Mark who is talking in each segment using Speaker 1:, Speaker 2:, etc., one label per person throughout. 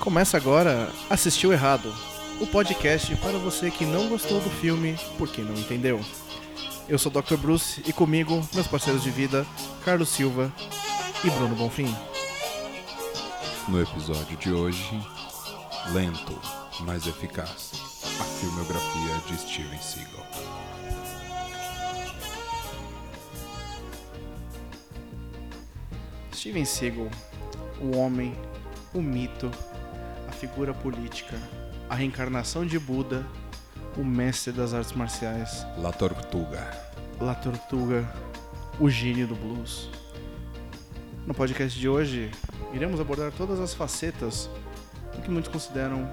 Speaker 1: Começa agora Assistiu Errado, o podcast para você que não gostou do filme porque não entendeu. Eu sou o Dr. Bruce e comigo, meus parceiros de vida, Carlos Silva e Bruno Bonfim.
Speaker 2: No episódio de hoje, lento, mas eficaz. A filmografia de Steven Seagal.
Speaker 1: Steven Seagal, o homem, o mito, a figura política, a reencarnação de Buda, o mestre das artes marciais,
Speaker 2: La Tortuga.
Speaker 1: La Tortuga, o gênio do blues. No podcast de hoje, iremos abordar todas as facetas do que muitos consideram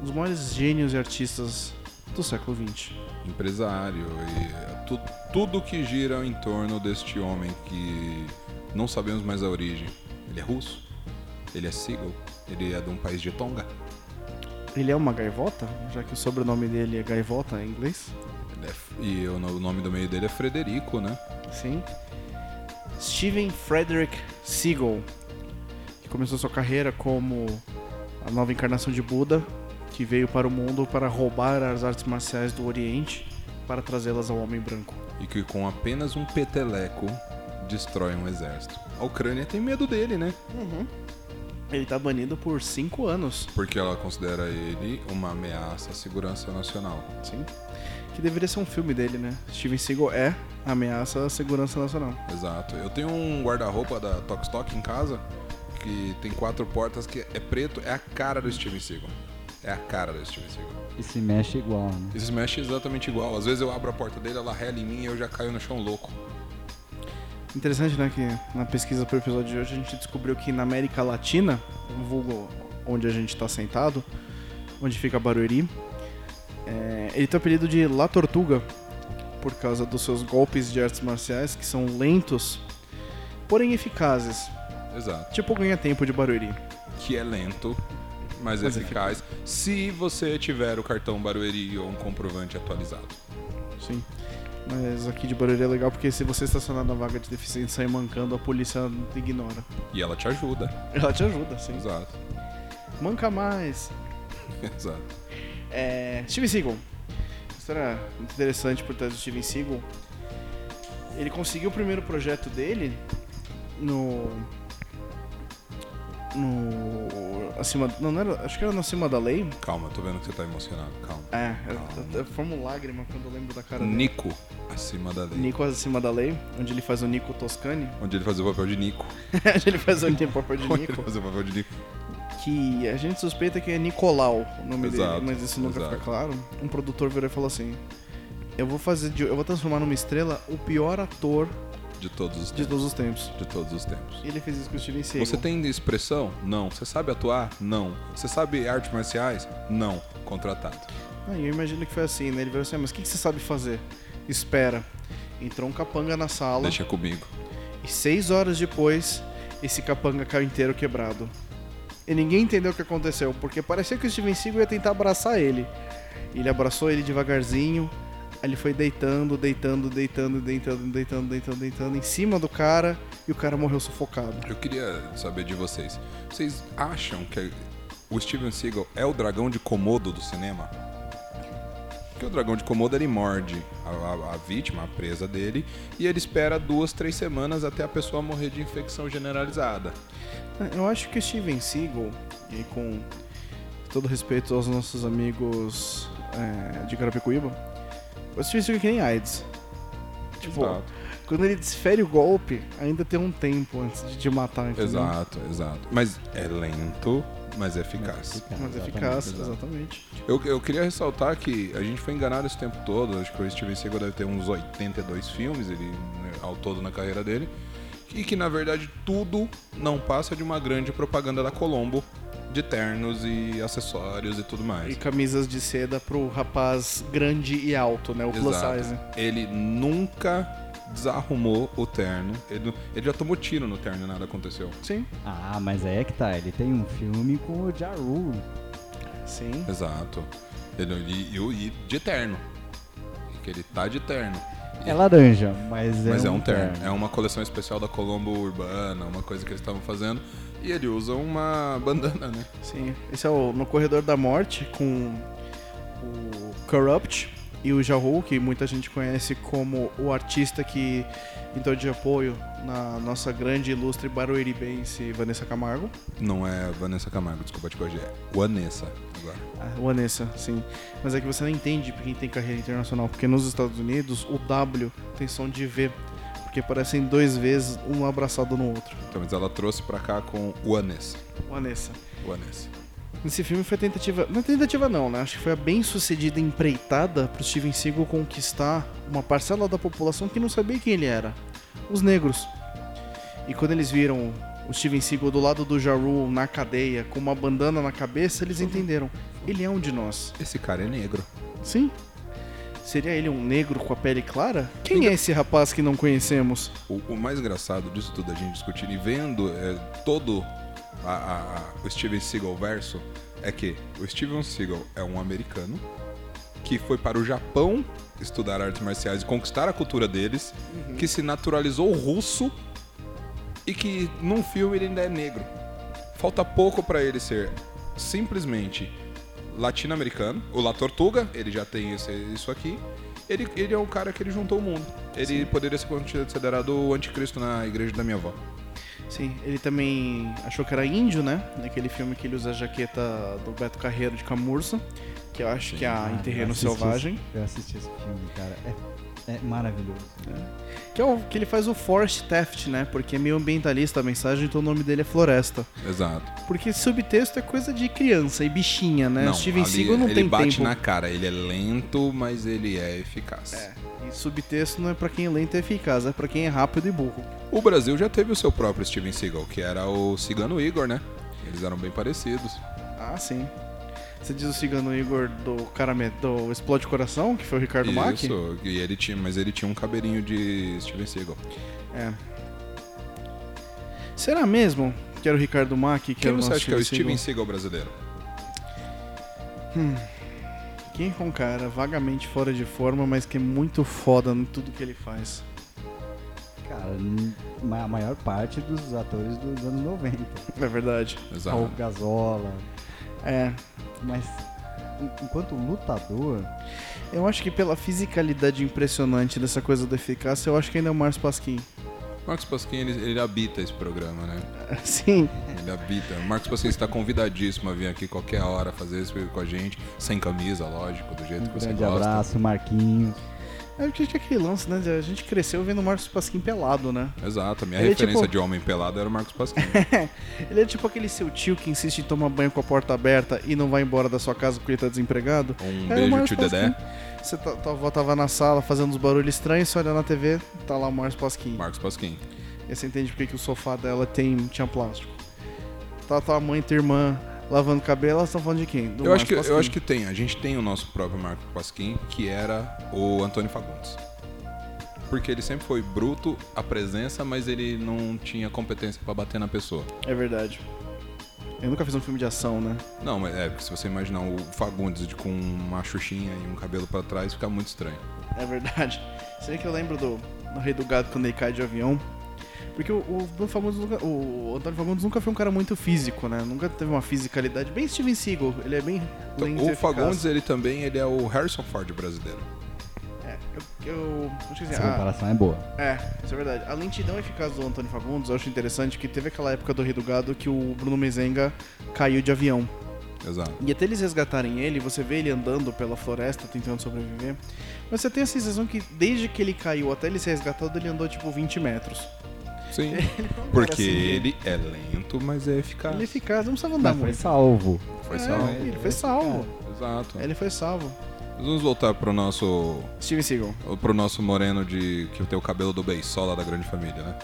Speaker 1: os maiores gênios e artistas do século XX.
Speaker 2: Empresário e tu, tudo que gira em torno deste homem que não sabemos mais a origem. Ele é russo? Ele é Seagal? Ele é de um país de Tonga?
Speaker 1: Ele é uma gaivota, já que o sobrenome dele é gaivota em inglês.
Speaker 2: Ele é- e o, no- o nome do meio dele é Frederico, né?
Speaker 1: Sim. Steven Frederick Seagal, que começou sua carreira como a nova encarnação de Buda, que veio para o mundo para roubar as artes marciais do Oriente para trazê-las ao homem branco.
Speaker 2: E que com apenas um peteleco destrói um exército. A Ucrânia tem medo dele, né?
Speaker 1: Ele está banido por 5 anos,
Speaker 2: Porque ela considera ele uma ameaça à segurança nacional.
Speaker 1: sim. Que deveria ser um filme dele, né? Steven Seagal é ameaça à segurança nacional.
Speaker 2: Exato. Eu tenho um guarda-roupa da Tox Tok em casa que tem quatro portas que é preto, é a cara do Steven Seagal. É a cara do Steven Seagal.
Speaker 3: E se mexe igual, né?
Speaker 2: Isso mexe exatamente igual. Às vezes eu abro a porta dele, ela rela em mim e eu já caio no chão louco.
Speaker 1: Interessante, né, que na pesquisa pro episódio de hoje a gente descobriu que na América Latina, um vulgo onde a gente tá sentado, onde fica Barueri, é, ele tem o apelido de La Tortuga, por causa dos seus golpes de artes marciais, que são lentos, porém eficazes.
Speaker 2: Exato.
Speaker 1: Tipo o ganha-tempo de Barueri.
Speaker 2: Que é lento, mas é
Speaker 1: Mas
Speaker 2: eficaz. Se você tiver o cartão Barueri ou um comprovante atualizado.
Speaker 1: Sim. Mas aqui de Barueri é legal porque se você estacionar na vaga de deficiência e sair mancando, a polícia te ignora.
Speaker 2: E ela te ajuda.
Speaker 1: Ela te ajuda, sim.
Speaker 2: Exato.
Speaker 1: Manca mais,
Speaker 2: Exato.
Speaker 1: É, Steven Seagal. História muito interessante por trás do Steven Seagal. Ele conseguiu o primeiro projeto dele no. No. Acima. Não, não era. Acho que era no Acima da Lei.
Speaker 2: Calma, tô vendo que você tá emocionado. Calma.
Speaker 1: É, era, eu formo lágrima quando eu lembro da cara dele.
Speaker 2: Nico, acima da lei.
Speaker 1: Nico Acima da Lei, onde ele faz o Nico Toscani.
Speaker 2: Onde ele fazia o papel de Nico.
Speaker 1: onde ele faz o Nico de
Speaker 2: Onde ele
Speaker 1: Nico.
Speaker 2: fazia o papel de Nico.
Speaker 1: que a gente suspeita que é Nicolau o nome
Speaker 2: Exato,
Speaker 1: dele, mas isso nunca
Speaker 2: exato.
Speaker 1: fica claro. Um produtor virou e falou assim: Eu vou fazer de- eu vou transformar numa estrela o pior ator
Speaker 2: De todos os
Speaker 1: de todos os tempos.
Speaker 2: de todos os tempos.
Speaker 1: E ele fez isso com o Steven Seagal.
Speaker 2: Você tem expressão? Não. Você sabe atuar? Não. Você sabe artes marciais? Não. Contratado.
Speaker 1: Ah, eu imagino que foi assim, né? Ele virou assim: "Ah, Mas o que, que você sabe fazer? Espera. Entrou um capanga na sala
Speaker 2: Deixa comigo.
Speaker 1: e seis horas depois esse capanga caiu inteiro quebrado. E ninguém entendeu o que aconteceu, porque parecia que o Steven Seagal ia tentar abraçar ele. Ele abraçou ele devagarzinho, aí ele foi deitando, deitando, deitando, deitando, deitando, deitando, deitando em cima do cara e o cara morreu sufocado.
Speaker 2: Eu queria saber de vocês. Vocês acham que o Steven Seagal é o dragão de Komodo do cinema? Porque o dragão de Komodo ele morde a, a- a vítima, a presa dele, e ele espera duas, três semanas até a pessoa morrer de infecção generalizada.
Speaker 1: Eu acho que o Steven Seagal, e com todo respeito aos nossos amigos é, de Carapicuíba, o Steven Seagal é que nem AIDS. Tipo,
Speaker 2: Exato.
Speaker 1: Quando ele desfere o golpe, ainda tem um tempo antes de te matar, entendeu?
Speaker 2: Exato, exato. Mas é lento, mas é eficaz.
Speaker 1: Mas eficaz, exatamente.
Speaker 2: Eu, eu queria ressaltar que a gente foi enganado esse tempo todo. Acho que o Steven Seagal deve ter uns 82 filmes ele, né, ao todo na carreira dele. E que, na verdade, tudo não passa de uma grande propaganda da Colombo de ternos e acessórios e tudo mais.
Speaker 1: E camisas de seda pro rapaz grande e alto, né? O plus
Speaker 2: Exato.
Speaker 1: size.
Speaker 2: Ele nunca desarrumou o terno. Ele, não- ele já tomou tiro no terno e nada aconteceu.
Speaker 1: Sim.
Speaker 3: Ah, mas aí é que tá. Ele tem um filme com o Ja Rule.
Speaker 1: Sim.
Speaker 2: Exato. Ele, e, e, e de terno. Que ele tá de terno.
Speaker 3: É laranja, mas é
Speaker 2: Mas é
Speaker 3: um
Speaker 2: um terno. É uma coleção especial da Colombo Urbana, uma coisa que eles estavam fazendo. E ele usa uma bandana, né?
Speaker 1: Sim, esse é o No Corredor da Morte com o Corrupt e o Jahu, que muita gente conhece como o artista que então de apoio na nossa grande ilustre barueribense Vanessa Camargo.
Speaker 2: Não é Vanessa Camargo, desculpa te corrigir. É Vanessa agora.
Speaker 1: Ah, Vanessa, sim. Mas é que você não entende pra quem tem carreira internacional, porque nos Estados Unidos o W tem som de V, porque parecem dois Vs um abraçado no outro.
Speaker 2: Então, mas ela trouxe pra cá com Vanessa.
Speaker 1: Vanessa.
Speaker 2: Vanessa.
Speaker 1: Nesse filme foi tentativa. Não é tentativa não, né? Acho que foi a bem sucedida empreitada pro Steven Seagal conquistar uma parcela da população que não sabia quem ele era. Os negros. E quando eles viram o Steven Seagal do lado do Jaru na cadeia, com uma bandana na cabeça, eles entenderam. Ele é um de nós.
Speaker 2: Esse cara é negro.
Speaker 1: Sim? Seria ele um negro com a pele clara? Quem é esse rapaz que não conhecemos?
Speaker 2: O, o mais engraçado disso tudo, a gente discutindo e vendo é, todo a- a- a- o Steven Seagal verso, é que o Steven Seagal é um americano que foi para o Japão estudar artes marciais e conquistar a cultura deles, que se naturalizou russo e que num filme ele ainda é negro. Falta pouco para ele ser simplesmente latino-americano. O La Tortuga, ele já tem esse- isso aqui. Ele, ele é um cara que ele juntou o mundo. Ele poderia ser considerado o anticristo na igreja da minha avó.
Speaker 1: Sim, ele também achou que era índio, né? Naquele filme que ele usa a jaqueta do Beto Carreiro de Camurça, que eu acho que é a
Speaker 3: Ah,
Speaker 1: Em Terreno
Speaker 3: eu assisti
Speaker 1: Selvagem.
Speaker 3: esse- eu assisti esse filme, cara. É, é maravilhoso.
Speaker 1: Que, é o, que ele faz o Forest Theft, né? Porque é meio ambientalista a mensagem, então o nome dele é Floresta.
Speaker 2: Exato.
Speaker 1: Porque esse subtexto é coisa de criança e bichinha, né? o Steven
Speaker 2: ali
Speaker 1: Seagal não
Speaker 2: ele
Speaker 1: tem
Speaker 2: bate
Speaker 1: tempo.
Speaker 2: na cara. Ele é lento, mas ele é eficaz.
Speaker 1: É, e subtexto não é pra quem é lento e eficaz, é pra quem é rápido e burro.
Speaker 2: O Brasil já teve o seu próprio Steven Seagal, que era o cigano Igor, né? Eles eram bem parecidos.
Speaker 1: Ah, sim. Você diz o cigano Igor do cara me- do Explode Coração, que foi o Ricardo Mack?
Speaker 2: Isso, e ele tinha, mas ele tinha um cabelinho de Steven Seagal.
Speaker 1: É. Será mesmo que era o Ricardo Mack que
Speaker 2: Quem
Speaker 1: era o
Speaker 2: você
Speaker 1: nosso
Speaker 2: acha que é o
Speaker 1: Steven
Speaker 2: Steven
Speaker 1: Seagal?
Speaker 2: Seagal brasileiro?
Speaker 1: Quem é um cara vagamente fora de forma, mas que é muito foda em tudo que ele faz?
Speaker 3: Cara, n- ma- a maior parte dos atores dos anos 90.
Speaker 1: É verdade.
Speaker 2: Exato.
Speaker 3: O Gazola.
Speaker 1: É.
Speaker 3: Mas en- enquanto lutador,
Speaker 1: Eu acho que pela fisicalidade impressionante dessa coisa da eficácia, eu acho que ainda é o Márcio Pasquim.
Speaker 2: Marcos Pasquim, ele, ele habita esse programa, né?
Speaker 1: Sim.
Speaker 2: Ele habita. Marcos Pasquim está convidadíssimo a vir aqui qualquer hora fazer isso com a gente. Sem camisa, lógico, do jeito
Speaker 3: um
Speaker 2: que você
Speaker 3: grande
Speaker 2: gosta.
Speaker 3: abraço, Marquinhos.
Speaker 1: É porque tinha aquele lance, né? de A gente cresceu vendo o Márcio Pasquim pelado, né?
Speaker 2: Exato, a minha
Speaker 1: Ele é
Speaker 2: referência
Speaker 1: tipo-
Speaker 2: de homem pelado era o Marcos Pasquim.
Speaker 1: Ele é tipo aquele seu tio que insiste em tomar banho com a porta aberta e não vai embora da sua casa porque ele tá desempregado.
Speaker 2: Um
Speaker 1: Era o
Speaker 2: beijo,
Speaker 1: Márcio
Speaker 2: tio Dedé.
Speaker 1: Pasquim. Você tá, tua avó tava na sala fazendo uns barulhos estranhos, você olha na TV, tá lá o Márcio Pasquim.
Speaker 2: Marcos Pasquim.
Speaker 1: E você entende porque que o sofá dela tem, tinha plástico. Tá tua mãe e tua irmã lavando cabelo, elas estão falando de assim. quem? Do
Speaker 2: Eu acho,
Speaker 1: Márcio
Speaker 2: que, eu
Speaker 1: Pasquim.
Speaker 2: acho que tem. A gente tem o nosso próprio Marcos Pasquim, que era o Antônio Fagundes. Porque ele sempre foi bruto, a presença, mas ele não tinha competência pra bater na pessoa.
Speaker 1: É verdade. Eu nunca fiz um filme de ação, né?
Speaker 2: Não, mas é, porque se você imaginar o Fagundes de- com uma xuxinha e um cabelo pra trás, fica muito estranho.
Speaker 1: É verdade. Será que eu lembro do, do Rei do Gado quando ele cai de avião? Porque o, o, Bruno Fagundes nunca- o Antônio Fagundes nunca foi um cara muito físico, né? Nunca teve uma fisicalidade. Bem Steven Seagal, ele é bem
Speaker 2: Então,
Speaker 1: lento e
Speaker 2: o
Speaker 1: eficaz.
Speaker 2: Fagundes, ele também ele é o Harrison Ford brasileiro.
Speaker 1: É, eu... eu acho que assim,
Speaker 3: Essa
Speaker 1: a-
Speaker 3: comparação é boa.
Speaker 1: É, isso é verdade. A lentidão eficaz do Antônio Fagundes, eu acho interessante que teve aquela época do Rei do Gado que o Bruno Mezenga caiu de avião.
Speaker 2: Exato.
Speaker 1: E até eles resgatarem ele, você vê ele andando pela floresta tentando sobreviver. Mas você tem a sensação que desde que ele caiu até ele ser resgatado, ele andou tipo 20 metros.
Speaker 2: Sim.
Speaker 1: Então, cara,
Speaker 2: Porque
Speaker 1: assim,
Speaker 2: ele é lento, mas é eficaz.
Speaker 1: Ele é eficaz, não precisava andar
Speaker 3: Mas foi
Speaker 1: muito.
Speaker 3: salvo.
Speaker 2: Foi né?
Speaker 1: É,
Speaker 2: salvo.
Speaker 1: Ele foi salvo.
Speaker 2: Exato.
Speaker 1: Ele foi salvo.
Speaker 2: Mas vamos voltar pro nosso
Speaker 1: Steven Seagal.
Speaker 2: pro nosso moreno de que tem o cabelo do Beisola da grande família, né?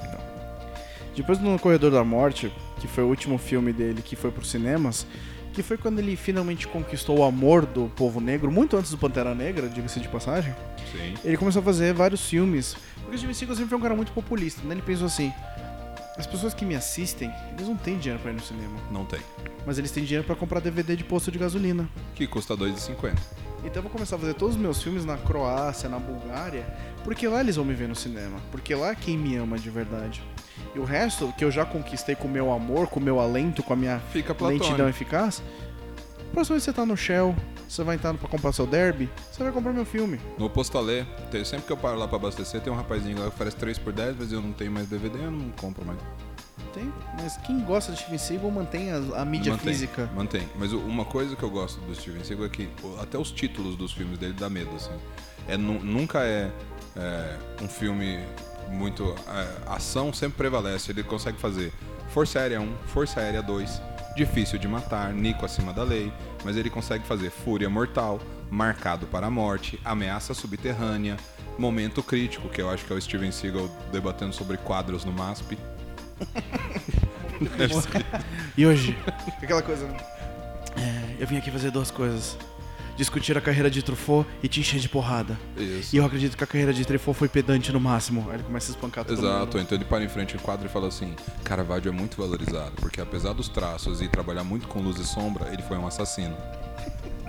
Speaker 1: Depois no Corredor da Morte, que foi o último filme dele que foi pros cinemas, que foi quando ele finalmente conquistou o amor do povo negro, muito antes do Pantera Negra, diga-se de passagem,
Speaker 2: Sim.
Speaker 1: ele começou a fazer vários filmes. Porque o Steven Seagal sempre foi um cara muito populista, né? Ele pensou assim, as pessoas que me assistem, eles não têm dinheiro pra ir no cinema,
Speaker 2: Não tem.
Speaker 1: mas eles têm dinheiro pra comprar DVD de posto de gasolina.
Speaker 2: Que custa 2,50.
Speaker 1: Então eu vou começar a fazer todos os meus filmes na Croácia, na Bulgária, porque lá eles vão me ver no cinema. Porque lá é quem me ama de verdade. E o resto que eu já conquistei com o meu amor, com o meu alento, com a minha
Speaker 2: Fica platônico.
Speaker 1: lentidão eficaz, próxima vez que você tá no Shell, você vai entrar pra comprar seu derby, você vai comprar meu filme.
Speaker 2: No Postalê, tem- sempre que eu paro lá pra abastecer, tem um rapazinho lá que oferece 3 por 10, mas eu não tenho mais DVD, eu não compro mais.
Speaker 1: Tem, mas quem gosta de Steven Seagal mantém a, a mídia
Speaker 2: mantém,
Speaker 1: física.
Speaker 2: Mantém. Mas o- uma coisa que eu gosto do Steven Seagal é que o- até os títulos dos filmes dele dá medo, assim. É, nu- nunca é, é, um filme muito... é, ação sempre prevalece. Ele consegue fazer Força Aérea 1, Força Aérea 2, Difícil de Matar, Nico Acima da Lei, mas ele consegue fazer Fúria Mortal, Marcado para a Morte, Ameaça Subterrânea, Momento Crítico, que eu acho que é o Steven Seagal debatendo sobre quadros no MASP. Deve ser.
Speaker 1: E hoje? Aquela coisa. né? É, eu vim aqui fazer duas coisas. Discutir a carreira de Truffaut e te encher de porrada.
Speaker 2: Isso.
Speaker 1: E eu acredito que a carreira de Truffaut foi pedante no máximo. Aí ele começa a espancar todo
Speaker 2: Exato,
Speaker 1: mundo.
Speaker 2: então ele para em frente ao quadro e fala assim: Caravaggio é muito valorizado, porque apesar dos traços e trabalhar muito com luz e sombra, ele foi um assassino.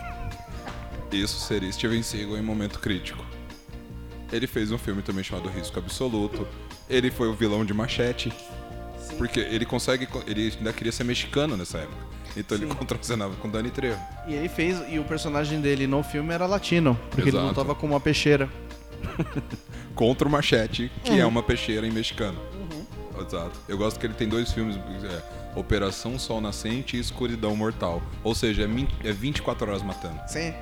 Speaker 2: Isso seria Steven Seagal em momento crítico. Ele fez um filme também chamado Risco Absoluto. Ele foi o vilão de Machete. Porque ele consegue. Ele ainda queria ser mexicano nessa época. Então ele contracenava com Dani Trejo.
Speaker 1: E ele fez, e o personagem dele no filme era latino, porque ele
Speaker 2: Exato.
Speaker 1: lutava com uma peixeira.
Speaker 2: contra o Machete, que
Speaker 1: Uhum.
Speaker 2: é uma peixeira em mexicano. Exato. Eu gosto que ele tem dois filmes: é, Operação Sol Nascente e Escuridão Mortal. Ou seja, é, min- é 24 horas matando.
Speaker 1: Sim.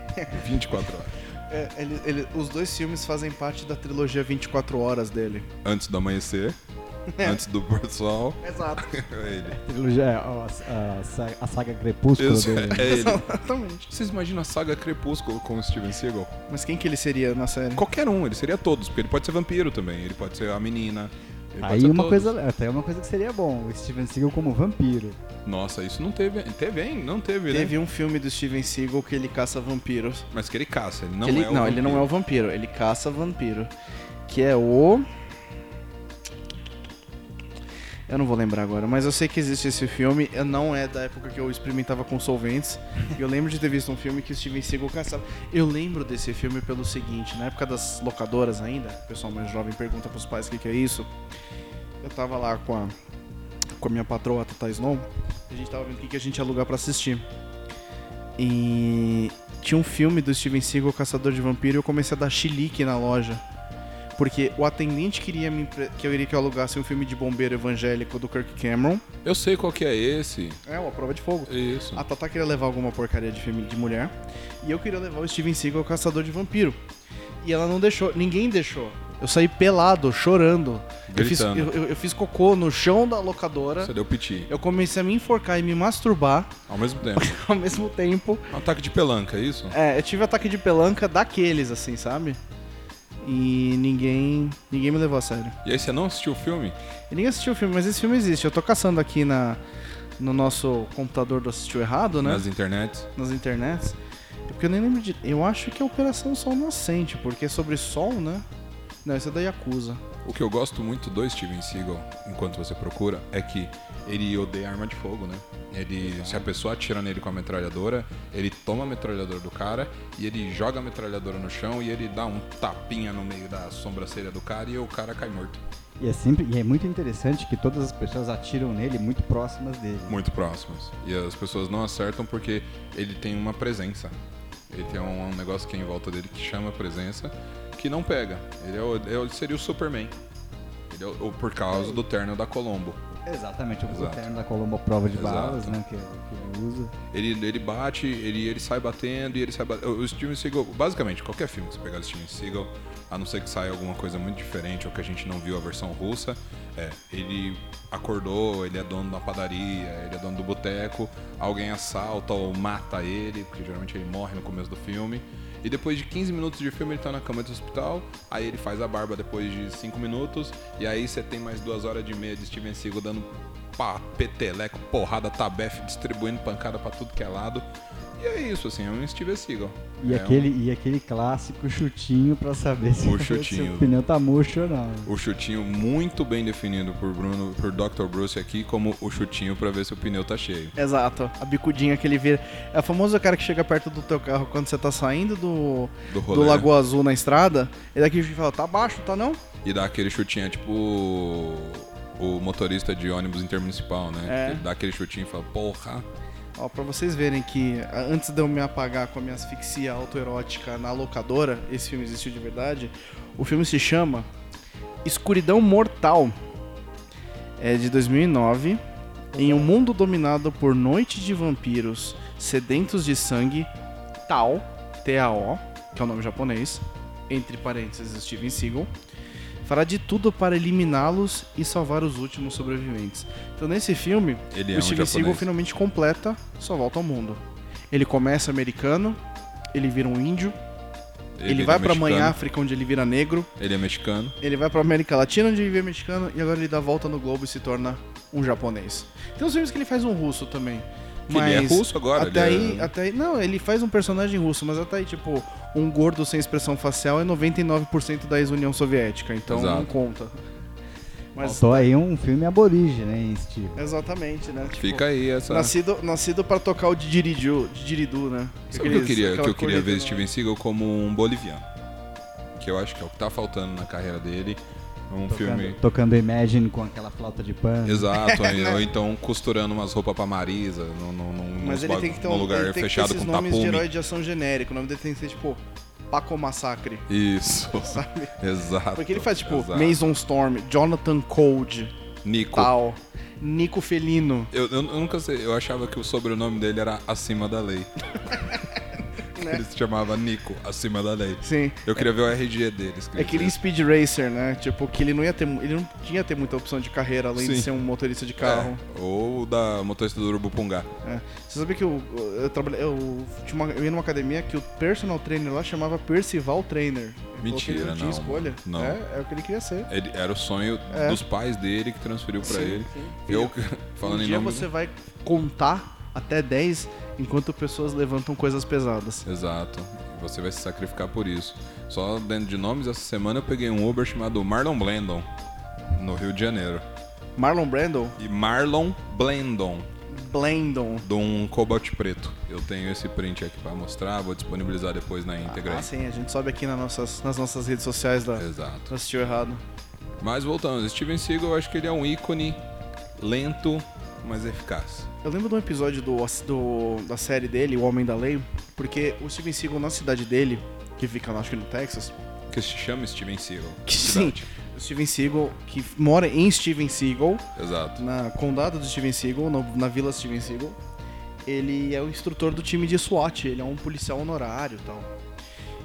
Speaker 2: 24 horas.
Speaker 1: É, ele- ele- os dois filmes fazem parte da trilogia 24 horas dele.
Speaker 2: Antes do amanhecer, antes do pôr do sol.
Speaker 1: Exato.
Speaker 2: É ele.
Speaker 3: Trilogia, é, ó, a, a sa- a saga Crepúsculo
Speaker 2: Isso,
Speaker 3: dele.
Speaker 2: é ele.
Speaker 1: Exatamente.
Speaker 2: Vocês imaginam a saga Crepúsculo com o Steven Seagal?
Speaker 1: Mas quem que ele seria na série?
Speaker 2: Qualquer um, ele seria todos, porque ele pode ser vampiro também, ele pode ser a menina. ele pode
Speaker 3: Aí
Speaker 2: ser
Speaker 3: uma
Speaker 2: todos.
Speaker 3: coisa, até uma coisa que seria bom, o Steven Seagal como vampiro.
Speaker 2: Nossa, isso não teve. Teve, hein? Não teve, né?
Speaker 1: Teve um filme do Steven Seagal que ele caça vampiros.
Speaker 2: Mas que ele caça, ele não
Speaker 1: ele,
Speaker 2: é o
Speaker 1: não, ele não é o
Speaker 2: vampiro.
Speaker 1: vampiro, ele caça vampiro. Que é o. Eu não vou lembrar agora, mas eu sei que existe esse filme. eu- Não é da época que eu experimentava com solventes. e eu lembro de ter visto um filme que o Steven Seagal caçava. Eu lembro desse filme pelo seguinte: na época das locadoras ainda, o pessoal mais jovem pergunta pros pais o que, que é isso. Eu tava lá com a, com a minha patroa, a Tata Snow, e a gente tava vendo o que, que a gente ia alugar pra assistir. E tinha um filme do Steven Seagal, Caçador de Vampiro, e eu comecei a dar chilique na loja. Porque o atendente queria me empre- que eu iria que eu alugasse um filme de bombeiro evangélico do Kirk Cameron.
Speaker 2: Eu sei qual que é esse.
Speaker 1: É, uma prova de fogo.
Speaker 2: Isso.
Speaker 1: A Tata queria levar alguma porcaria de filme de mulher. E eu queria levar o Steven Seagal, Caçador de Vampiro. E ela não deixou, ninguém deixou. Eu saí pelado, chorando. Eu fiz,
Speaker 2: Gritando.
Speaker 1: eu- eu- eu fiz cocô no chão da locadora.
Speaker 2: Você deu piti.
Speaker 1: Eu comecei a me enforcar e me masturbar
Speaker 2: Ao mesmo tempo.
Speaker 1: ao mesmo tempo.
Speaker 2: Um ataque de pelanca, é isso?
Speaker 1: É, eu tive ataque de pelanca daqueles, assim, sabe? E ninguém. ninguém me levou a sério.
Speaker 2: E aí você não assistiu o filme?
Speaker 1: E ninguém assistiu o filme, mas esse filme existe. Eu tô caçando aqui na, no nosso computador do assistiu errado, né?
Speaker 2: Nas internets?
Speaker 1: Nas internets. É Porque eu nem lembro de. Eu acho que é Operação Sol Nascente, porque é sobre sol, né? Não, esse é da Yakuza.
Speaker 2: O que eu gosto muito do Steven Seagal, enquanto você procura, é que ele odeia arma de fogo, né? Ele, se a pessoa atira nele com a metralhadora, ele toma a metralhadora do cara e ele joga a metralhadora no chão e ele dá um tapinha no meio da sobrancelha do cara e o cara cai morto.
Speaker 3: E é sempre, e é muito interessante que todas as pessoas atiram nele muito próximas dele.
Speaker 2: Muito próximos. E as pessoas não acertam porque ele tem uma presença. Ele tem um, um negócio que é em volta dele que chama presença, que não pega. Ele, é o- é o- ele seria o Superman. Ele é o, o- por causa do terno da Colombo.
Speaker 3: Exatamente, o
Speaker 2: Exato.
Speaker 3: terno da Colombo prova de
Speaker 2: Exato.
Speaker 3: balas, né, que, que ele usa.
Speaker 2: Ele, ele bate, ele, ele sai batendo e ele sai batendo. O Steven Seagal, basicamente, qualquer filme que você pegar do Steven Seagal, a não ser que saia alguma coisa muito diferente ou que a gente não viu a versão russa, é, ele acordou, ele é dono da padaria, ele é dono do boteco, alguém assalta ou mata ele, porque geralmente ele morre no começo do filme. E depois de 15 minutos de filme ele tá na cama do hospital, aí ele faz a barba depois de 5 minutos, e aí você tem mais duas horas de meia de Steven Seagal dando pá, peteleco, porrada, tabefe, distribuindo pancada pra tudo que é lado. E E é isso, assim, é um Steven Seagal.
Speaker 3: E,
Speaker 2: É
Speaker 3: aquele, e aquele clássico chutinho pra saber se
Speaker 2: O
Speaker 3: se
Speaker 2: chutinho.
Speaker 3: o pneu tá murcho ou não.
Speaker 2: um- o chutinho muito bem definido por Bruno, por Dr. Bruce aqui, como o chutinho pra ver se o pneu tá cheio.
Speaker 1: Exato, a bicudinha que ele vira. É o famoso cara que chega perto do teu carro quando você tá saindo do,
Speaker 2: Do
Speaker 1: do
Speaker 2: rolê. né?
Speaker 1: Lago Azul na estrada. Ele daqui fala, tá baixo, tá não?
Speaker 2: E dá aquele chutinho, é tipo o- o motorista de ônibus intermunicipal, né?
Speaker 1: É.
Speaker 2: Ele dá aquele chutinho e fala, porra.
Speaker 1: Ó, pra vocês verem que a- antes de eu me apagar com a minha asfixia autoerótica na locadora, esse filme existiu de verdade. O filme se chama Escuridão Mortal. É de 2009. Em um mundo dominado por noites de vampiros sedentos de sangue, Tao, T-A-O, que é o nome japonês, entre parênteses Steven Seagal, fará de tudo para eliminá-los e salvar os últimos sobreviventes. Então, nesse filme,
Speaker 2: Ele é
Speaker 1: o
Speaker 2: um
Speaker 1: Steven Seagal
Speaker 2: japonês.
Speaker 1: finalmente completa sua volta ao mundo. Ele começa americano, ele vira um índio, ele, vai
Speaker 2: é
Speaker 1: pra Mãe
Speaker 2: mexicano,
Speaker 1: África, onde ele vira negro,
Speaker 2: Ele é mexicano.
Speaker 1: ele vai pra América Latina, onde ele vira mexicano, e agora ele dá a volta no globo e se torna um japonês. Tem uns filmes que ele faz um russo também.
Speaker 2: Que
Speaker 1: Mas
Speaker 2: ele é russo agora.
Speaker 1: até
Speaker 2: ele
Speaker 1: aí,
Speaker 2: é...
Speaker 1: até aí, não, ele faz um personagem russo, mas até aí, tipo, um gordo sem expressão facial é 99% da ex-União Soviética, então não
Speaker 2: Exato.
Speaker 1: conta. Mas,
Speaker 3: Faltou aí um filme aborígene, hein, Steve?
Speaker 1: exatamente, né? Tipo,
Speaker 2: Fica aí essa...
Speaker 1: Nascido, nascido pra tocar o didiridu, didiridu né?
Speaker 2: Sabe o que eu
Speaker 1: Aqueles-
Speaker 2: queria, que
Speaker 1: aquela
Speaker 2: eu queria
Speaker 1: corrida,
Speaker 2: ver
Speaker 1: né?
Speaker 2: Steven Seagal como um boliviano? Que eu acho que é o que tá faltando na carreira dele. Um filme.
Speaker 3: Tocando, tocando Imagine com aquela flauta de pano.
Speaker 2: Exato, ou então costurando umas roupas pra Marisa, num, num, num,
Speaker 1: Mas
Speaker 2: nos
Speaker 1: ele
Speaker 2: bagu-
Speaker 1: tem que ter
Speaker 2: num
Speaker 1: um
Speaker 2: lugar
Speaker 1: ele tem que ter
Speaker 2: fechado
Speaker 1: esses
Speaker 2: com
Speaker 1: nomes
Speaker 2: tapume.
Speaker 1: de herói de ação genérico. O nome dele tem que ser, tipo, Paco Massacre,
Speaker 2: Isso,
Speaker 1: sabe?
Speaker 2: exato.
Speaker 1: Porque ele faz, tipo,
Speaker 2: exato.
Speaker 1: Mason Storm, Jonathan Cold,
Speaker 2: Nico.
Speaker 1: tal, Nico Felino,
Speaker 2: Eu, eu- eu nunca sei, eu achava que o sobrenome dele era Acima da Lei.
Speaker 1: Né?
Speaker 2: Ele se chamava Nico, Acima da Lei.
Speaker 1: sim.
Speaker 2: Eu queria ver o RG dele. escrito
Speaker 1: É que ele é Speed Racer, né? Tipo, que ele não ia ter. mu- Ele não tinha ter muita opção de carreira além de
Speaker 2: Sim.
Speaker 1: ser um motorista de carro.
Speaker 2: É, ou o da motorista do Urubu Pungá.
Speaker 1: É. Você sabia que eu, eu trabalhei. Eu, tinha uma- eu ia numa academia que o personal trainer lá chamava Percival Trainer. Ele falou que
Speaker 2: Mentira,
Speaker 1: ele não tinha
Speaker 2: não,
Speaker 1: escolha.
Speaker 2: não.
Speaker 1: É, é o que ele queria ser.
Speaker 2: Ele- era o sonho
Speaker 1: É.
Speaker 2: dos pais dele que transferiu pra
Speaker 1: Sim,
Speaker 2: ele.
Speaker 1: sim.
Speaker 2: Eu, falando
Speaker 1: um
Speaker 2: em
Speaker 1: dia
Speaker 2: nome. né?
Speaker 1: você vai contar até 10 enquanto pessoas levantam coisas pesadas.
Speaker 2: Exato. Você vai se sacrificar por isso. Só dentro de nomes, essa semana eu peguei um Uber chamado Marlon Blandon, no Rio de Janeiro.
Speaker 1: Marlon Brando,
Speaker 2: E Marlon Blandon,
Speaker 1: Blandon.
Speaker 2: de um Cobalt Preto. Eu tenho esse print aqui pra mostrar, vou disponibilizar depois na íntegra. aí.
Speaker 1: Ah, sim, a gente sobe aqui nas nossas, nas nossas redes sociais da.
Speaker 2: Exato.
Speaker 1: Assistiu errado.
Speaker 2: Mas voltando, Steven Seagal, eu acho que ele é um ícone lento, mas eficaz.
Speaker 1: Eu lembro de um episódio do, do- da série dele, O Homem da Lei, porque o Steven Seagal na cidade dele, que fica, acho que no Texas,
Speaker 2: Que se chama Steven Seagal.
Speaker 1: que sim,
Speaker 2: Cidade.
Speaker 1: o Steven Seagal, que mora em Steven Seagal,
Speaker 2: Exato.
Speaker 1: na condado do Steven Seagal, no- na vila Steven Seagal, ele é o instrutor do time de SWAT, ele é um policial honorário e tal.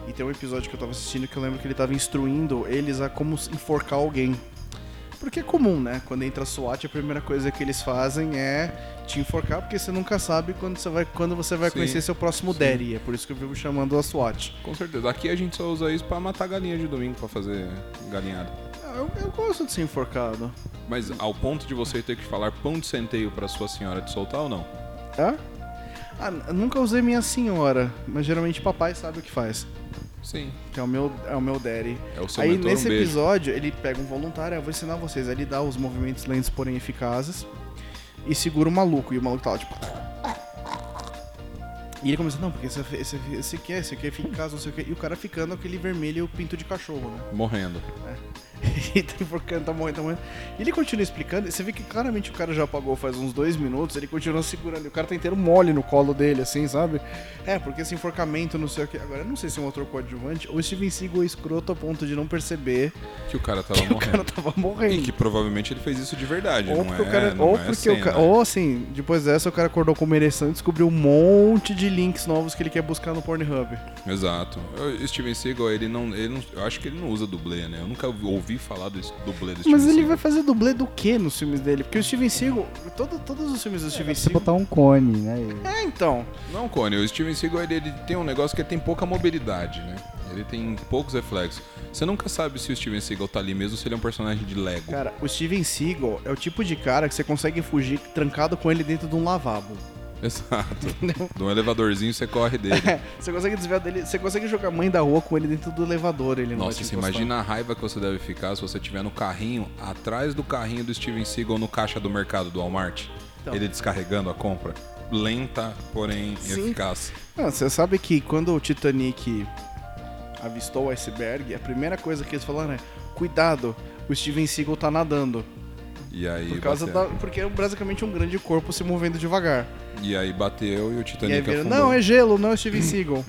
Speaker 1: E tem um episódio que eu tava assistindo que eu lembro que ele tava instruindo eles a como se enforcar alguém. Porque é comum, né? Quando entra a SWAT, a primeira coisa que eles fazem é te enforcar, porque você nunca sabe quando você vai, quando você vai
Speaker 2: Sim,
Speaker 1: conhecer seu próximo daddy. É por isso que eu vivo chamando a SWAT.
Speaker 2: Com certeza. Aqui a gente só usa isso pra matar galinha de domingo, pra fazer galinhada.
Speaker 1: Ah, Eu, eu gosto de ser enforcado.
Speaker 2: Mas ao ponto de você ter que falar pão de centeio pra sua senhora te soltar ou não?
Speaker 1: Hã? Ah, n- nunca usei minha senhora, mas geralmente papai sabe o que faz.
Speaker 2: Sim.
Speaker 1: Que é o meu, é o meu daddy.
Speaker 2: É o seu
Speaker 1: aí
Speaker 2: mentor,
Speaker 1: nesse
Speaker 2: um beijo.
Speaker 1: episódio, ele pega um voluntário, "Ah, eu vou ensinar vocês. Aí ele dá os movimentos lentos, porém eficazes. E segura o maluco. E o maluco tá lá, tipo. E ele começa, não, porque esse, esse, esse aqui é, esse aqui é eficaz, não sei o que. E o cara ficando aquele vermelho pinto de cachorro, né?
Speaker 2: Morrendo.
Speaker 1: E tá enforcando, tá morrendo, tá morrendo. E ele continua explicando, e você vê que claramente o cara já apagou faz uns dois minutos, ele continua segurando, e o cara tá inteiro mole no colo dele, assim, sabe? É, porque esse enforcamento, não sei o que. Agora, eu não sei se é um outro coadjuvante, ou Steven Seagal é escroto a ponto de não perceber
Speaker 2: Que o cara tava
Speaker 1: que o
Speaker 2: morrendo.
Speaker 1: cara tava morrendo.
Speaker 2: É. E que provavelmente ele fez isso de verdade,
Speaker 1: Ou
Speaker 2: não
Speaker 1: porque,
Speaker 2: é?
Speaker 1: o cara,
Speaker 2: não
Speaker 1: ou,
Speaker 2: é
Speaker 1: porque o
Speaker 2: cena.
Speaker 1: cara, ou assim, depois dessa o cara acordou com uma ereção e descobriu um monte de links novos que ele quer buscar no Pornhub.
Speaker 2: Exato. Eu- Steven Seagal, ele não, ele não. Eu acho que ele não usa dublê, né? Eu nunca ouvi- ouvi falar do es- dublê do Steven
Speaker 1: Mas ele
Speaker 2: Seagal.
Speaker 1: vai fazer dublê do que nos filmes dele? Porque o Steven Seagal, todo, todos os
Speaker 2: É,
Speaker 1: filmes do Steven
Speaker 3: Se
Speaker 1: Seagal...
Speaker 3: botar um cone, né? e-
Speaker 1: É, então...
Speaker 2: Não, Cone, o Steven Seagal ele, ele tem um negócio que ele tem pouca mobilidade, né? Ele tem poucos reflexos. Você nunca sabe se o Steven Seagal tá ali mesmo ou se ele é um personagem de Lego.
Speaker 1: Cara, o Steven Seagal é o tipo de cara que você consegue fugir trancado com ele dentro de um lavabo.
Speaker 2: Exato. De um elevadorzinho você corre dele.
Speaker 1: Você consegue desviar dele, você consegue jogar a mãe da rua com ele dentro do elevador, ele não é tipo assim. vai
Speaker 2: Nossa,
Speaker 1: te
Speaker 2: você
Speaker 1: encostar.
Speaker 2: imagina a raiva que você deve ficar se você tiver no carrinho, atrás do carrinho do Steven Seagal no caixa do mercado do Walmart.
Speaker 1: Então.
Speaker 2: Ele descarregando a compra. Lenta, porém
Speaker 1: Sim.
Speaker 2: eficaz.
Speaker 1: Ah, você sabe que quando o Titanic avistou o iceberg, a primeira coisa que eles falaram é: cuidado, o Steven Seagal tá nadando.
Speaker 2: E aí,
Speaker 1: Por causa
Speaker 2: bateu.
Speaker 1: da, porque é basicamente um grande corpo se movendo devagar.
Speaker 2: e aí bateu e o
Speaker 1: E aí
Speaker 2: Titanic
Speaker 1: viram,
Speaker 2: afundou.
Speaker 1: não, é gelo, não é Steven Seagal.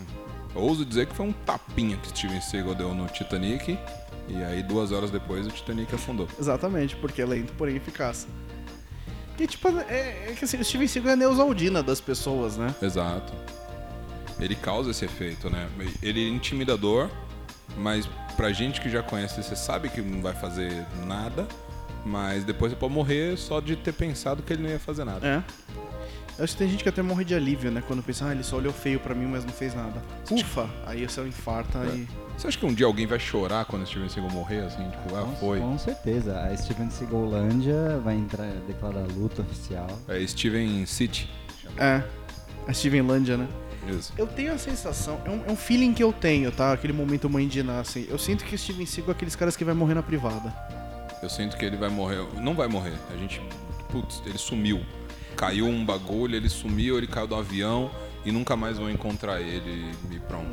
Speaker 2: Ouso dizer que foi um tapinha que Steven Seagal deu no Titanic. E aí, duas horas depois, o Titanic afundou.
Speaker 1: Exatamente, porque é lento, porém eficaz. Que tipo, é, é que assim, o Steven Seagal é a Neusaldina das pessoas, né?
Speaker 2: Exato. Ele causa esse efeito, né? Ele é intimidador, mas pra gente que já conhece, você sabe que não vai fazer nada, mas depois você pode morrer só de ter pensado que ele não ia fazer nada.
Speaker 1: É. Eu acho que tem gente que até morre de alívio, né? Quando pensa, ah, ele só olhou feio pra mim, mas não fez nada. Ufa! Aí você infarta e.
Speaker 2: Você acha que um dia alguém vai chorar quando Steven Seagal morrer, assim? Tipo, ah,
Speaker 3: Com-
Speaker 2: foi.
Speaker 3: Com certeza. A Steven Seagalândia vai entrar, declarar luta oficial.
Speaker 2: É Steven City.
Speaker 1: É. A Steven Landia, né?
Speaker 2: Isso.
Speaker 1: Eu tenho a sensação, é um, é um feeling que eu tenho, tá? Aquele momento mãe de Ná, assim. Eu sinto que o Steven Seagal é aqueles caras que vai morrer na privada.
Speaker 2: Eu sinto que ele vai morrer. Não vai morrer. A gente. Putz, ele sumiu. Caiu um bagulho, ele sumiu, ele caiu do avião e nunca mais vão encontrar ele e pronto.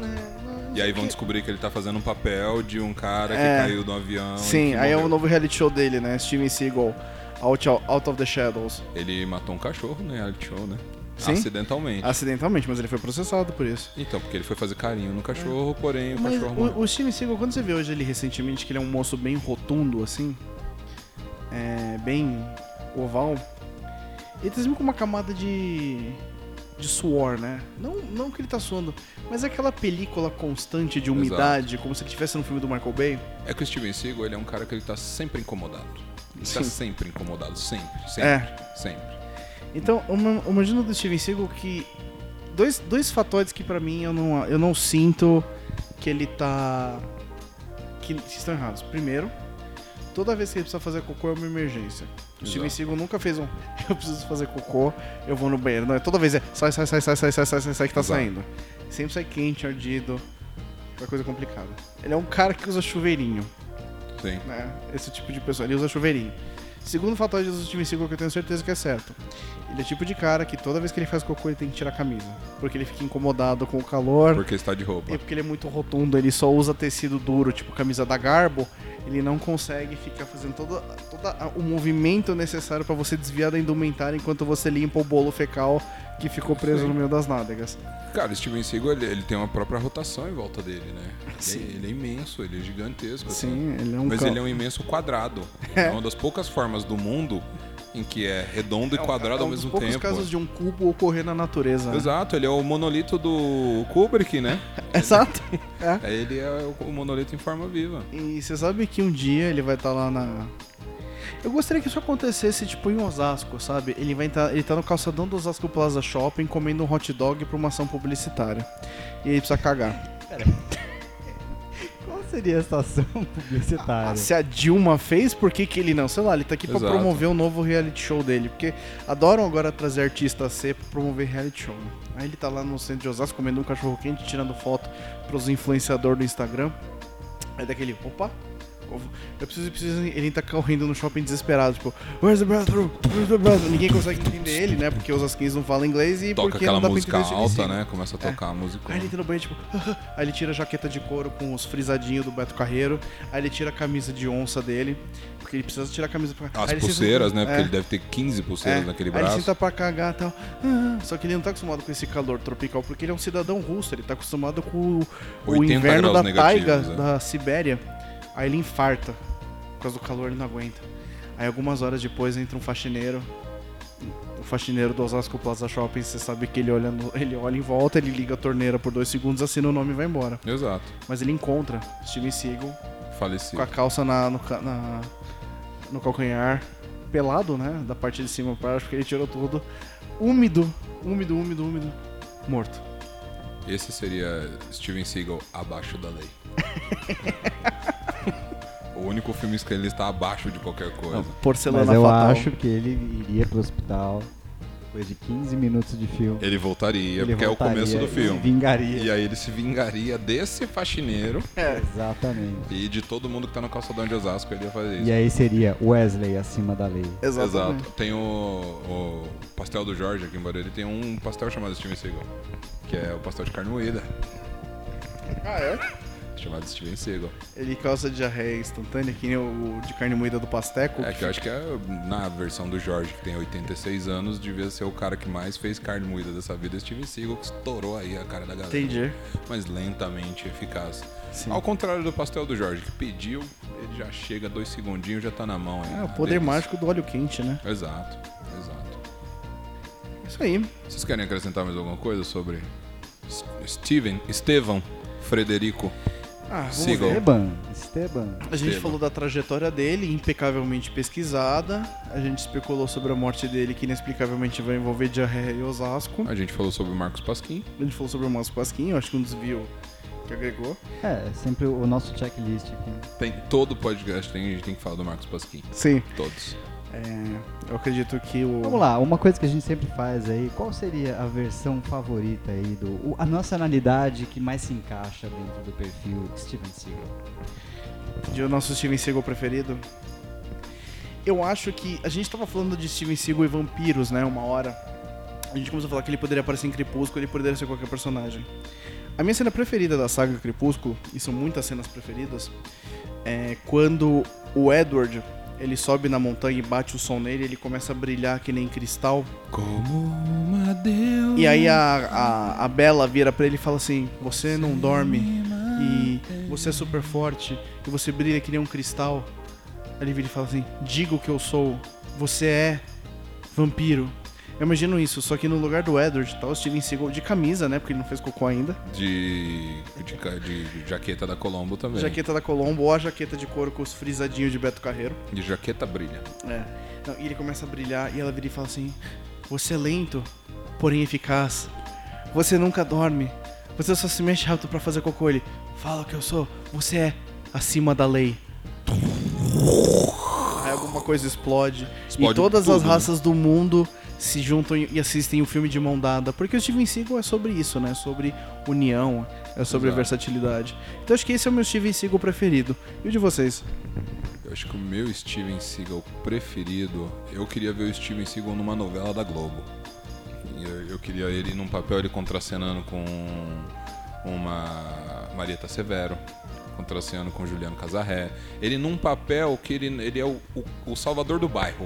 Speaker 2: E aí vão descobrir que ele tá fazendo um papel de um cara que
Speaker 1: É.
Speaker 2: caiu do avião. e
Speaker 1: Sim,
Speaker 2: que
Speaker 1: aí é o
Speaker 2: morreu.
Speaker 1: novo reality show dele, né? Steven Seagal, Out, Out of the Shadows.
Speaker 2: Ele matou um cachorro no reality show, né?
Speaker 1: Sim.
Speaker 2: Acidentalmente.
Speaker 1: Acidentalmente, mas ele foi processado por isso.
Speaker 2: Então, porque ele foi fazer carinho no cachorro, porém o
Speaker 1: Mas
Speaker 2: cachorro morreu.
Speaker 1: o, o Steven Seagal, quando você vê hoje ele recentemente, que ele é um moço bem rotundo, assim, é, bem oval, ele tá sempre com uma camada de, de suor, né? Não, não que ele tá suando, mas é aquela película constante de umidade, como se ele estivesse no filme do Michael Bay.
Speaker 2: É que o Steven Seagal, ele é um cara que ele tá sempre incomodado. Ele tá
Speaker 1: Sim. É.
Speaker 2: sempre incomodado, sempre, sempre, sempre.
Speaker 1: Então, uma- imagina do Steven Seagal que... Dois, dois fatores que pra mim eu não, eu não sinto que ele tá... Que, que estão errados. Primeiro, toda vez que ele precisa fazer cocô é uma emergência. O Steven
Speaker 2: Exato.
Speaker 1: Seagal nunca fez um... Eu preciso fazer cocô, eu vou no banheiro. Não, é toda vez é... Sai, sai, sai, sai, sai, sai, sai, sai, sai que tá
Speaker 2: Exato.
Speaker 1: saindo. Sempre sai quente, ardido. É coisa complicada. Ele é um cara que usa chuveirinho
Speaker 2: Sim.
Speaker 1: né? Esse tipo de pessoa. Ele usa chuveirinho. Segundo fator de uso do time Seagal que eu tenho certeza que é certo. Ele é o tipo de cara que toda vez que ele faz cocô ele tem que tirar a camisa. Porque ele fica incomodado com o calor.
Speaker 2: Porque está de roupa.
Speaker 1: E porque ele é muito rotundo, ele só usa tecido duro, tipo camisa da Garbo. Ele não consegue ficar fazendo todo, todo a- o movimento necessário pra você desviar da indumentária enquanto você limpa o bolo fecal que ficou preso
Speaker 2: Sim.
Speaker 1: no meio das nádegas.
Speaker 2: Cara, o Steven Seagal, ele, ele tem uma própria rotação em volta dele, né? Ele é-
Speaker 1: Sim.
Speaker 2: Ele, é imenso, ele é gigantesco. assim.
Speaker 1: Sim, ele é um
Speaker 2: Mas
Speaker 1: cão.
Speaker 2: ele é um imenso quadrado. É uma das poucas formas do mundo em que é redondo e
Speaker 1: É um-
Speaker 2: quadrado
Speaker 1: é um
Speaker 2: ao
Speaker 1: dos
Speaker 2: mesmo
Speaker 1: poucos
Speaker 2: tempo.
Speaker 1: casos de um cubo ocorrer na natureza. né?
Speaker 2: Exato, ele é o monolito do Kubrick, né?
Speaker 1: Exato. É.
Speaker 2: Aí Ele é o- o monolito em forma viva.
Speaker 1: E você sabe que um dia ele vai estar lá na. Eu gostaria que isso acontecesse, tipo, em Osasco, sabe? Ele vai entrar, ele tá no calçadão do Osasco Plaza Shopping comendo um hot dog pra uma ação publicitária. E ele precisa cagar.
Speaker 3: Qual seria a estação publicitária?
Speaker 1: Ah, se a Dilma fez, por que, que ele não? Sei lá, ele tá aqui pra
Speaker 2: Exato.
Speaker 1: promover o novo reality show dele. Porque adoram agora trazer artista C pra promover reality show, né? Aí ele tá lá no centro de Osasco comendo um cachorro quente, tirando foto pros influenciadores do Instagram. Aí daquele, opa, eu preciso, preciso. Ele tá correndo no shopping desesperado, tipo, where's the bathroom? Where's the bathroom? Ninguém consegue entender ele, né? Porque os Askins não falam inglês e
Speaker 2: Toca
Speaker 1: porque
Speaker 2: aquela
Speaker 1: não dá pra
Speaker 2: música
Speaker 1: entender o Steven
Speaker 2: alta,
Speaker 1: Seagal.
Speaker 2: né? Começa a tocar a música.
Speaker 1: Aí ele entra no banheiro, tipo, aí ele tira a jaqueta de couro com os frisadinhos do Beto Carreiro, aí ele tira a camisa de onça dele, porque ele precisa tirar a camisa pra
Speaker 2: As
Speaker 1: Aí ele senta-
Speaker 2: pulseiras, né? Porque
Speaker 1: É,
Speaker 2: ele deve ter 15 pulseiras
Speaker 1: é.
Speaker 2: naquele
Speaker 1: Aí ele
Speaker 2: braço.
Speaker 1: senta pra cagar e tal. Ah, Só que ele não tá acostumado com esse calor tropical, porque ele é um cidadão russo, ele tá acostumado com o, o
Speaker 2: 80
Speaker 1: inverno da
Speaker 2: graus
Speaker 1: taiga
Speaker 2: negativos, né?
Speaker 1: da Sibéria. Aí ele infarta. Por causa do calor ele não aguenta. Aí algumas horas depois entra um faxineiro. O faxineiro do Osasco Plaza Shopping, você sabe que ele olha, no- ele olha em volta, ele liga a torneira por dois segundos, assina o nome e vai embora.
Speaker 2: Exato.
Speaker 1: Mas ele encontra Steven Seagal com
Speaker 2: Falecido.
Speaker 1: a calça na, no, ca- na- no calcanhar, pelado, né? Da parte de cima para baixo, porque ele tirou tudo. Úmido, úmido, úmido, úmido. Morto.
Speaker 2: Esse seria Steven Seagal abaixo da lei. o único filme que ele está abaixo de qualquer coisa.
Speaker 1: Porcelana
Speaker 3: Mas eu
Speaker 1: fatal.
Speaker 3: acho que ele iria pro hospital. depois de 15 minutos de filme.
Speaker 2: Ele voltaria,
Speaker 3: ele
Speaker 2: porque
Speaker 3: voltaria
Speaker 2: é o começo do
Speaker 3: e se
Speaker 2: filme.
Speaker 3: vingaria.
Speaker 2: E aí ele se vingaria desse faxineiro
Speaker 1: É,
Speaker 3: Exatamente.
Speaker 2: e de todo mundo que tá no calçadão de Osasco, ele ia fazer isso.
Speaker 3: E aí seria Wesley acima da lei.
Speaker 1: Exatamente.
Speaker 2: Exato. Tem o, o pastel do Jorge aqui em Barueri, tem um pastel chamado Steven Seagal, que é o pastel de carne moída,
Speaker 1: Ah, é?
Speaker 2: chamado Steven Seagal.
Speaker 1: Ele causa diarreia instantânea, que nem o de carne moída do Pasteco.
Speaker 2: É que eu acho que é, na versão do Jorge, que tem 86 anos, devia ser o cara que mais fez carne moída dessa vida, Steven Seagal, que estourou aí a cara da galera.
Speaker 1: Entendi.
Speaker 2: Mas lentamente eficaz.
Speaker 1: Sim.
Speaker 2: Ao contrário do pastel do Jorge, que pediu, ele já chega dois segundinhos, já tá na mão. Aí,
Speaker 1: É, o
Speaker 2: A
Speaker 1: poder
Speaker 2: deles.
Speaker 1: mágico do óleo quente, né?
Speaker 2: Exato, exato.
Speaker 1: Isso aí.
Speaker 2: Vocês querem acrescentar mais alguma coisa sobre S- Steven, Estevão, Frederico?
Speaker 1: Ah, vamos
Speaker 2: Siga.
Speaker 1: ver.
Speaker 3: Esteban, Esteban.
Speaker 1: A gente
Speaker 2: Esteban.
Speaker 1: falou da trajetória dele, impecavelmente pesquisada. A gente especulou sobre a morte dele, que inexplicavelmente vai envolver diarreia e Osasco.
Speaker 2: A gente falou sobre o Marcos Pasquim.
Speaker 1: A gente falou sobre o Márcio Pasquim, eu acho que um desvio que agregou.
Speaker 3: É, sempre o nosso checklist aqui.
Speaker 2: Tem todo podcast, tem, a gente tem que falar do Marcos Pasquim.
Speaker 1: Sim.
Speaker 2: Todos.
Speaker 1: É, eu acredito que o.
Speaker 3: Vamos lá, uma coisa que a gente sempre faz aí, qual seria a versão favorita aí do. o- a nacionalidade que mais se encaixa dentro do perfil Steven Seagal?
Speaker 1: De o nosso Steven Seagal preferido. Eu acho que. A gente tava falando de Steven Seagal e vampiros, né? Uma hora. A gente começou a falar que ele poderia aparecer em Crepúsculo, ele poderia ser qualquer personagem. A minha cena preferida da saga Crepúsculo, e são muitas cenas preferidas, é quando o Edward ele sobe na montanha e bate o som nele, ele começa a brilhar que nem cristal.
Speaker 2: Como uma deusa.
Speaker 1: E aí a, a, a Bela vira pra ele e fala assim: Você não dorme, e você é super forte, e você brilha que nem um cristal. Aí ele vira e fala assim: Diga o que eu sou, você é vampiro. Eu imagino isso, só que no lugar do Edward, tá? O Steven Seagal de camisa, né? Porque ele não fez cocô ainda.
Speaker 2: De, de, ca- de jaqueta da Colombo também.
Speaker 1: Jaqueta da Colombo ou a jaqueta de couro com os frisadinhos de Beto Carreiro.
Speaker 2: De jaqueta brilha.
Speaker 1: É. Não, e ele começa a brilhar e ela vira e fala assim: Você é lento, porém eficaz. Você nunca dorme. Você só se mexe rápido pra fazer cocô. Ele fala o que eu sou. Você é acima da lei. Aí alguma coisa explode.
Speaker 2: Explode
Speaker 1: e todas
Speaker 2: tudo,
Speaker 1: as
Speaker 2: né?
Speaker 1: raças do mundo se juntam e assistem o filme de mão dada. Porque o Steven Seagal é sobre isso, né? Sobre união, é sobre
Speaker 2: Exato.
Speaker 1: versatilidade. Então acho que esse é o meu Steven Seagal preferido. E o de vocês?
Speaker 2: Eu acho que o meu Steven Seagal preferido, eu queria ver o Steven Seagal numa novela da Globo. E Eu, eu queria ele num papel, ele contracenando com uma Marieta Severo, contracenando com Juliano Casarré. Ele num papel que ele, ele é o, o- o salvador do bairro.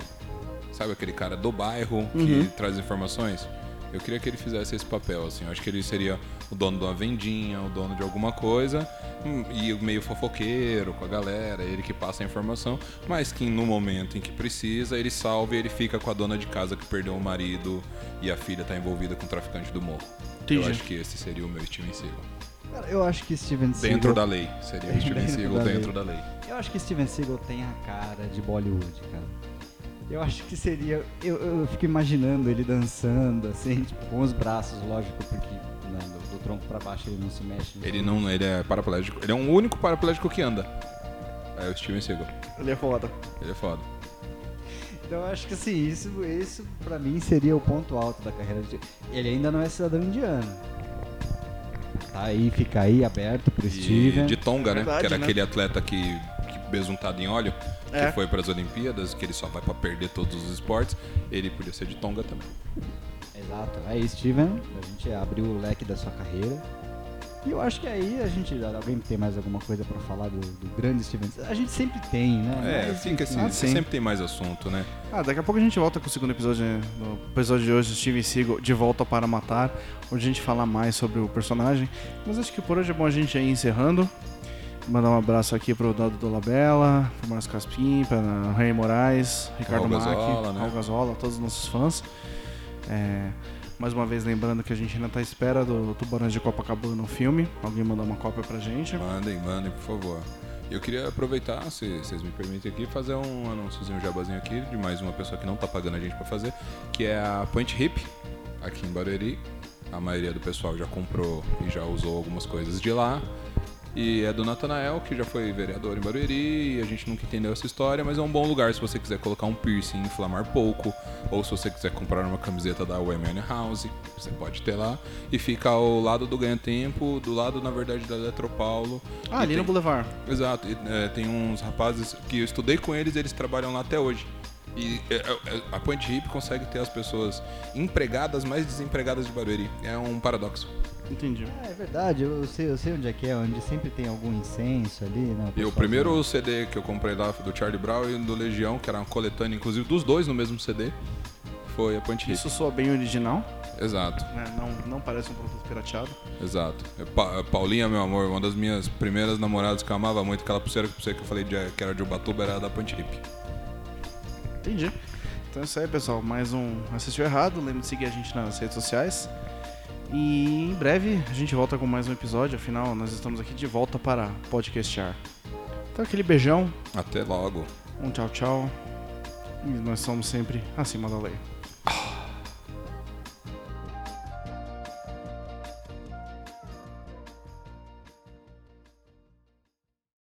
Speaker 2: Sabe aquele cara do bairro que
Speaker 1: Uhum.
Speaker 2: traz informações? Eu queria que ele fizesse esse papel, assim. Eu acho que ele seria o dono de uma vendinha, o dono de alguma coisa, hum, e meio fofoqueiro com a galera, ele que passa a informação, mas que no momento em que precisa, ele salve e ele fica com a dona de casa que perdeu o marido e a filha tá envolvida com o traficante do morro.
Speaker 1: Entendi.
Speaker 2: Eu acho que esse seria o meu Steven Seagal.
Speaker 3: Cara, eu acho que Steven Seagal.
Speaker 2: Dentro da lei. Seria o Steven
Speaker 3: Dentro
Speaker 2: Seagal
Speaker 3: da lei.
Speaker 2: dentro da lei.
Speaker 3: Eu acho que Steven Seagal tem a cara de Bollywood, cara. Eu acho que seria. Eu, eu fico imaginando ele dançando, assim, tipo, com os braços, lógico, porque né, do, do tronco pra baixo ele não se mexe. né?
Speaker 2: Ele não, ele é paraplégico. Ele é o único paraplégico que anda. É o Steven Seagal.
Speaker 1: Ele é foda.
Speaker 2: Ele é foda.
Speaker 3: Então eu acho que assim, isso, isso pra mim seria o ponto alto da carreira de. Ele ainda não é cidadão indiano. Tá aí, fica aí aberto pro
Speaker 2: E
Speaker 3: Steven.
Speaker 2: de Tonga, né?
Speaker 1: Verdade,
Speaker 2: que era
Speaker 1: né?
Speaker 2: aquele atleta que, que besuntado em óleo, que
Speaker 1: É.
Speaker 2: foi pras Olimpíadas, que ele só vai pra perder todos os esportes. Ele podia ser de Tonga também.
Speaker 3: Exato. Aí, Steven, a gente abriu o leque da sua carreira. E eu acho que aí a gente. Alguém tem mais alguma coisa pra falar do, do grande Steven? A gente sempre tem, né?
Speaker 2: É,
Speaker 3: Mas,
Speaker 2: fica
Speaker 3: enfim.
Speaker 2: assim,
Speaker 1: ah,
Speaker 2: você
Speaker 1: sim.
Speaker 2: sempre tem mais assunto, né?
Speaker 1: Ah, daqui a pouco a gente volta com o segundo episódio né, do episódio de hoje, Steven Seagal, De Volta para Matar, onde a gente fala mais sobre o personagem. Mas acho que por hoje é bom a gente ir encerrando. Mandar um abraço aqui pro Dado Dolabella, pro Marcos Caspim, para Rei Moraes, Ricardo
Speaker 2: Raul
Speaker 1: Mack,
Speaker 2: Gazola, né?
Speaker 1: Raul Gazola, todos os nossos fãs. É, mais uma vez lembrando que a gente ainda tá à espera do Tubarões de Copacabana, o filme. Alguém mandar uma cópia pra gente.
Speaker 2: Mandem, mandem, por favor. Eu queria aproveitar, se vocês me permitem aqui, fazer um anúnciozinho, um jabazinho aqui de mais uma pessoa que não tá pagando a gente pra fazer, que é a Point Hip, aqui em Barueri. A maioria do pessoal já comprou e já usou algumas coisas de lá. E é do Natanael, que já foi vereador em Barueri, e a gente nunca entendeu essa história, mas é um bom lugar se você quiser colocar um piercing, inflamar pouco, ou se você quiser comprar uma camiseta da Wayman House, você pode ter lá. E fica ao lado do Ganha Tempo, do lado, na verdade, da Eletropaulo.
Speaker 1: Ah,
Speaker 2: E
Speaker 1: ali no
Speaker 2: tem-
Speaker 1: Boulevard.
Speaker 2: Exato, e, é, tem uns rapazes que eu estudei com eles, eles trabalham lá até hoje. E é, é, a Point Hip consegue ter as pessoas empregadas mais desempregadas de Barueri. É um paradoxo.
Speaker 1: Entendi.
Speaker 3: Ah, é verdade, eu sei, eu sei onde é que é, onde sempre tem algum incenso ali, né?
Speaker 2: E o
Speaker 3: pessoal
Speaker 2: primeiro CD que eu comprei lá do Charlie Brown e do Legião, que era uma coletânea, inclusive, dos dois no mesmo CD, foi a Point Hip.
Speaker 1: Isso soa bem original,
Speaker 2: Exato,
Speaker 1: né? Não, não parece um produto pirateado.
Speaker 2: exato. É Pa- Paulinha, meu amor, uma das minhas primeiras namoradas que eu amava muito, aquela pulseira que eu falei de- que era de Ubatuba, era da Point Hip.
Speaker 1: Entendi. Então é isso aí, pessoal. Mais um Assistiu Errado. Lembre de seguir a gente nas redes sociais. E em breve a gente volta com mais um episódio. Afinal, nós estamos aqui de volta para podcastar. Então aquele beijão,
Speaker 2: Até logo.
Speaker 1: um tchau, tchau. E nós somos sempre acima da lei.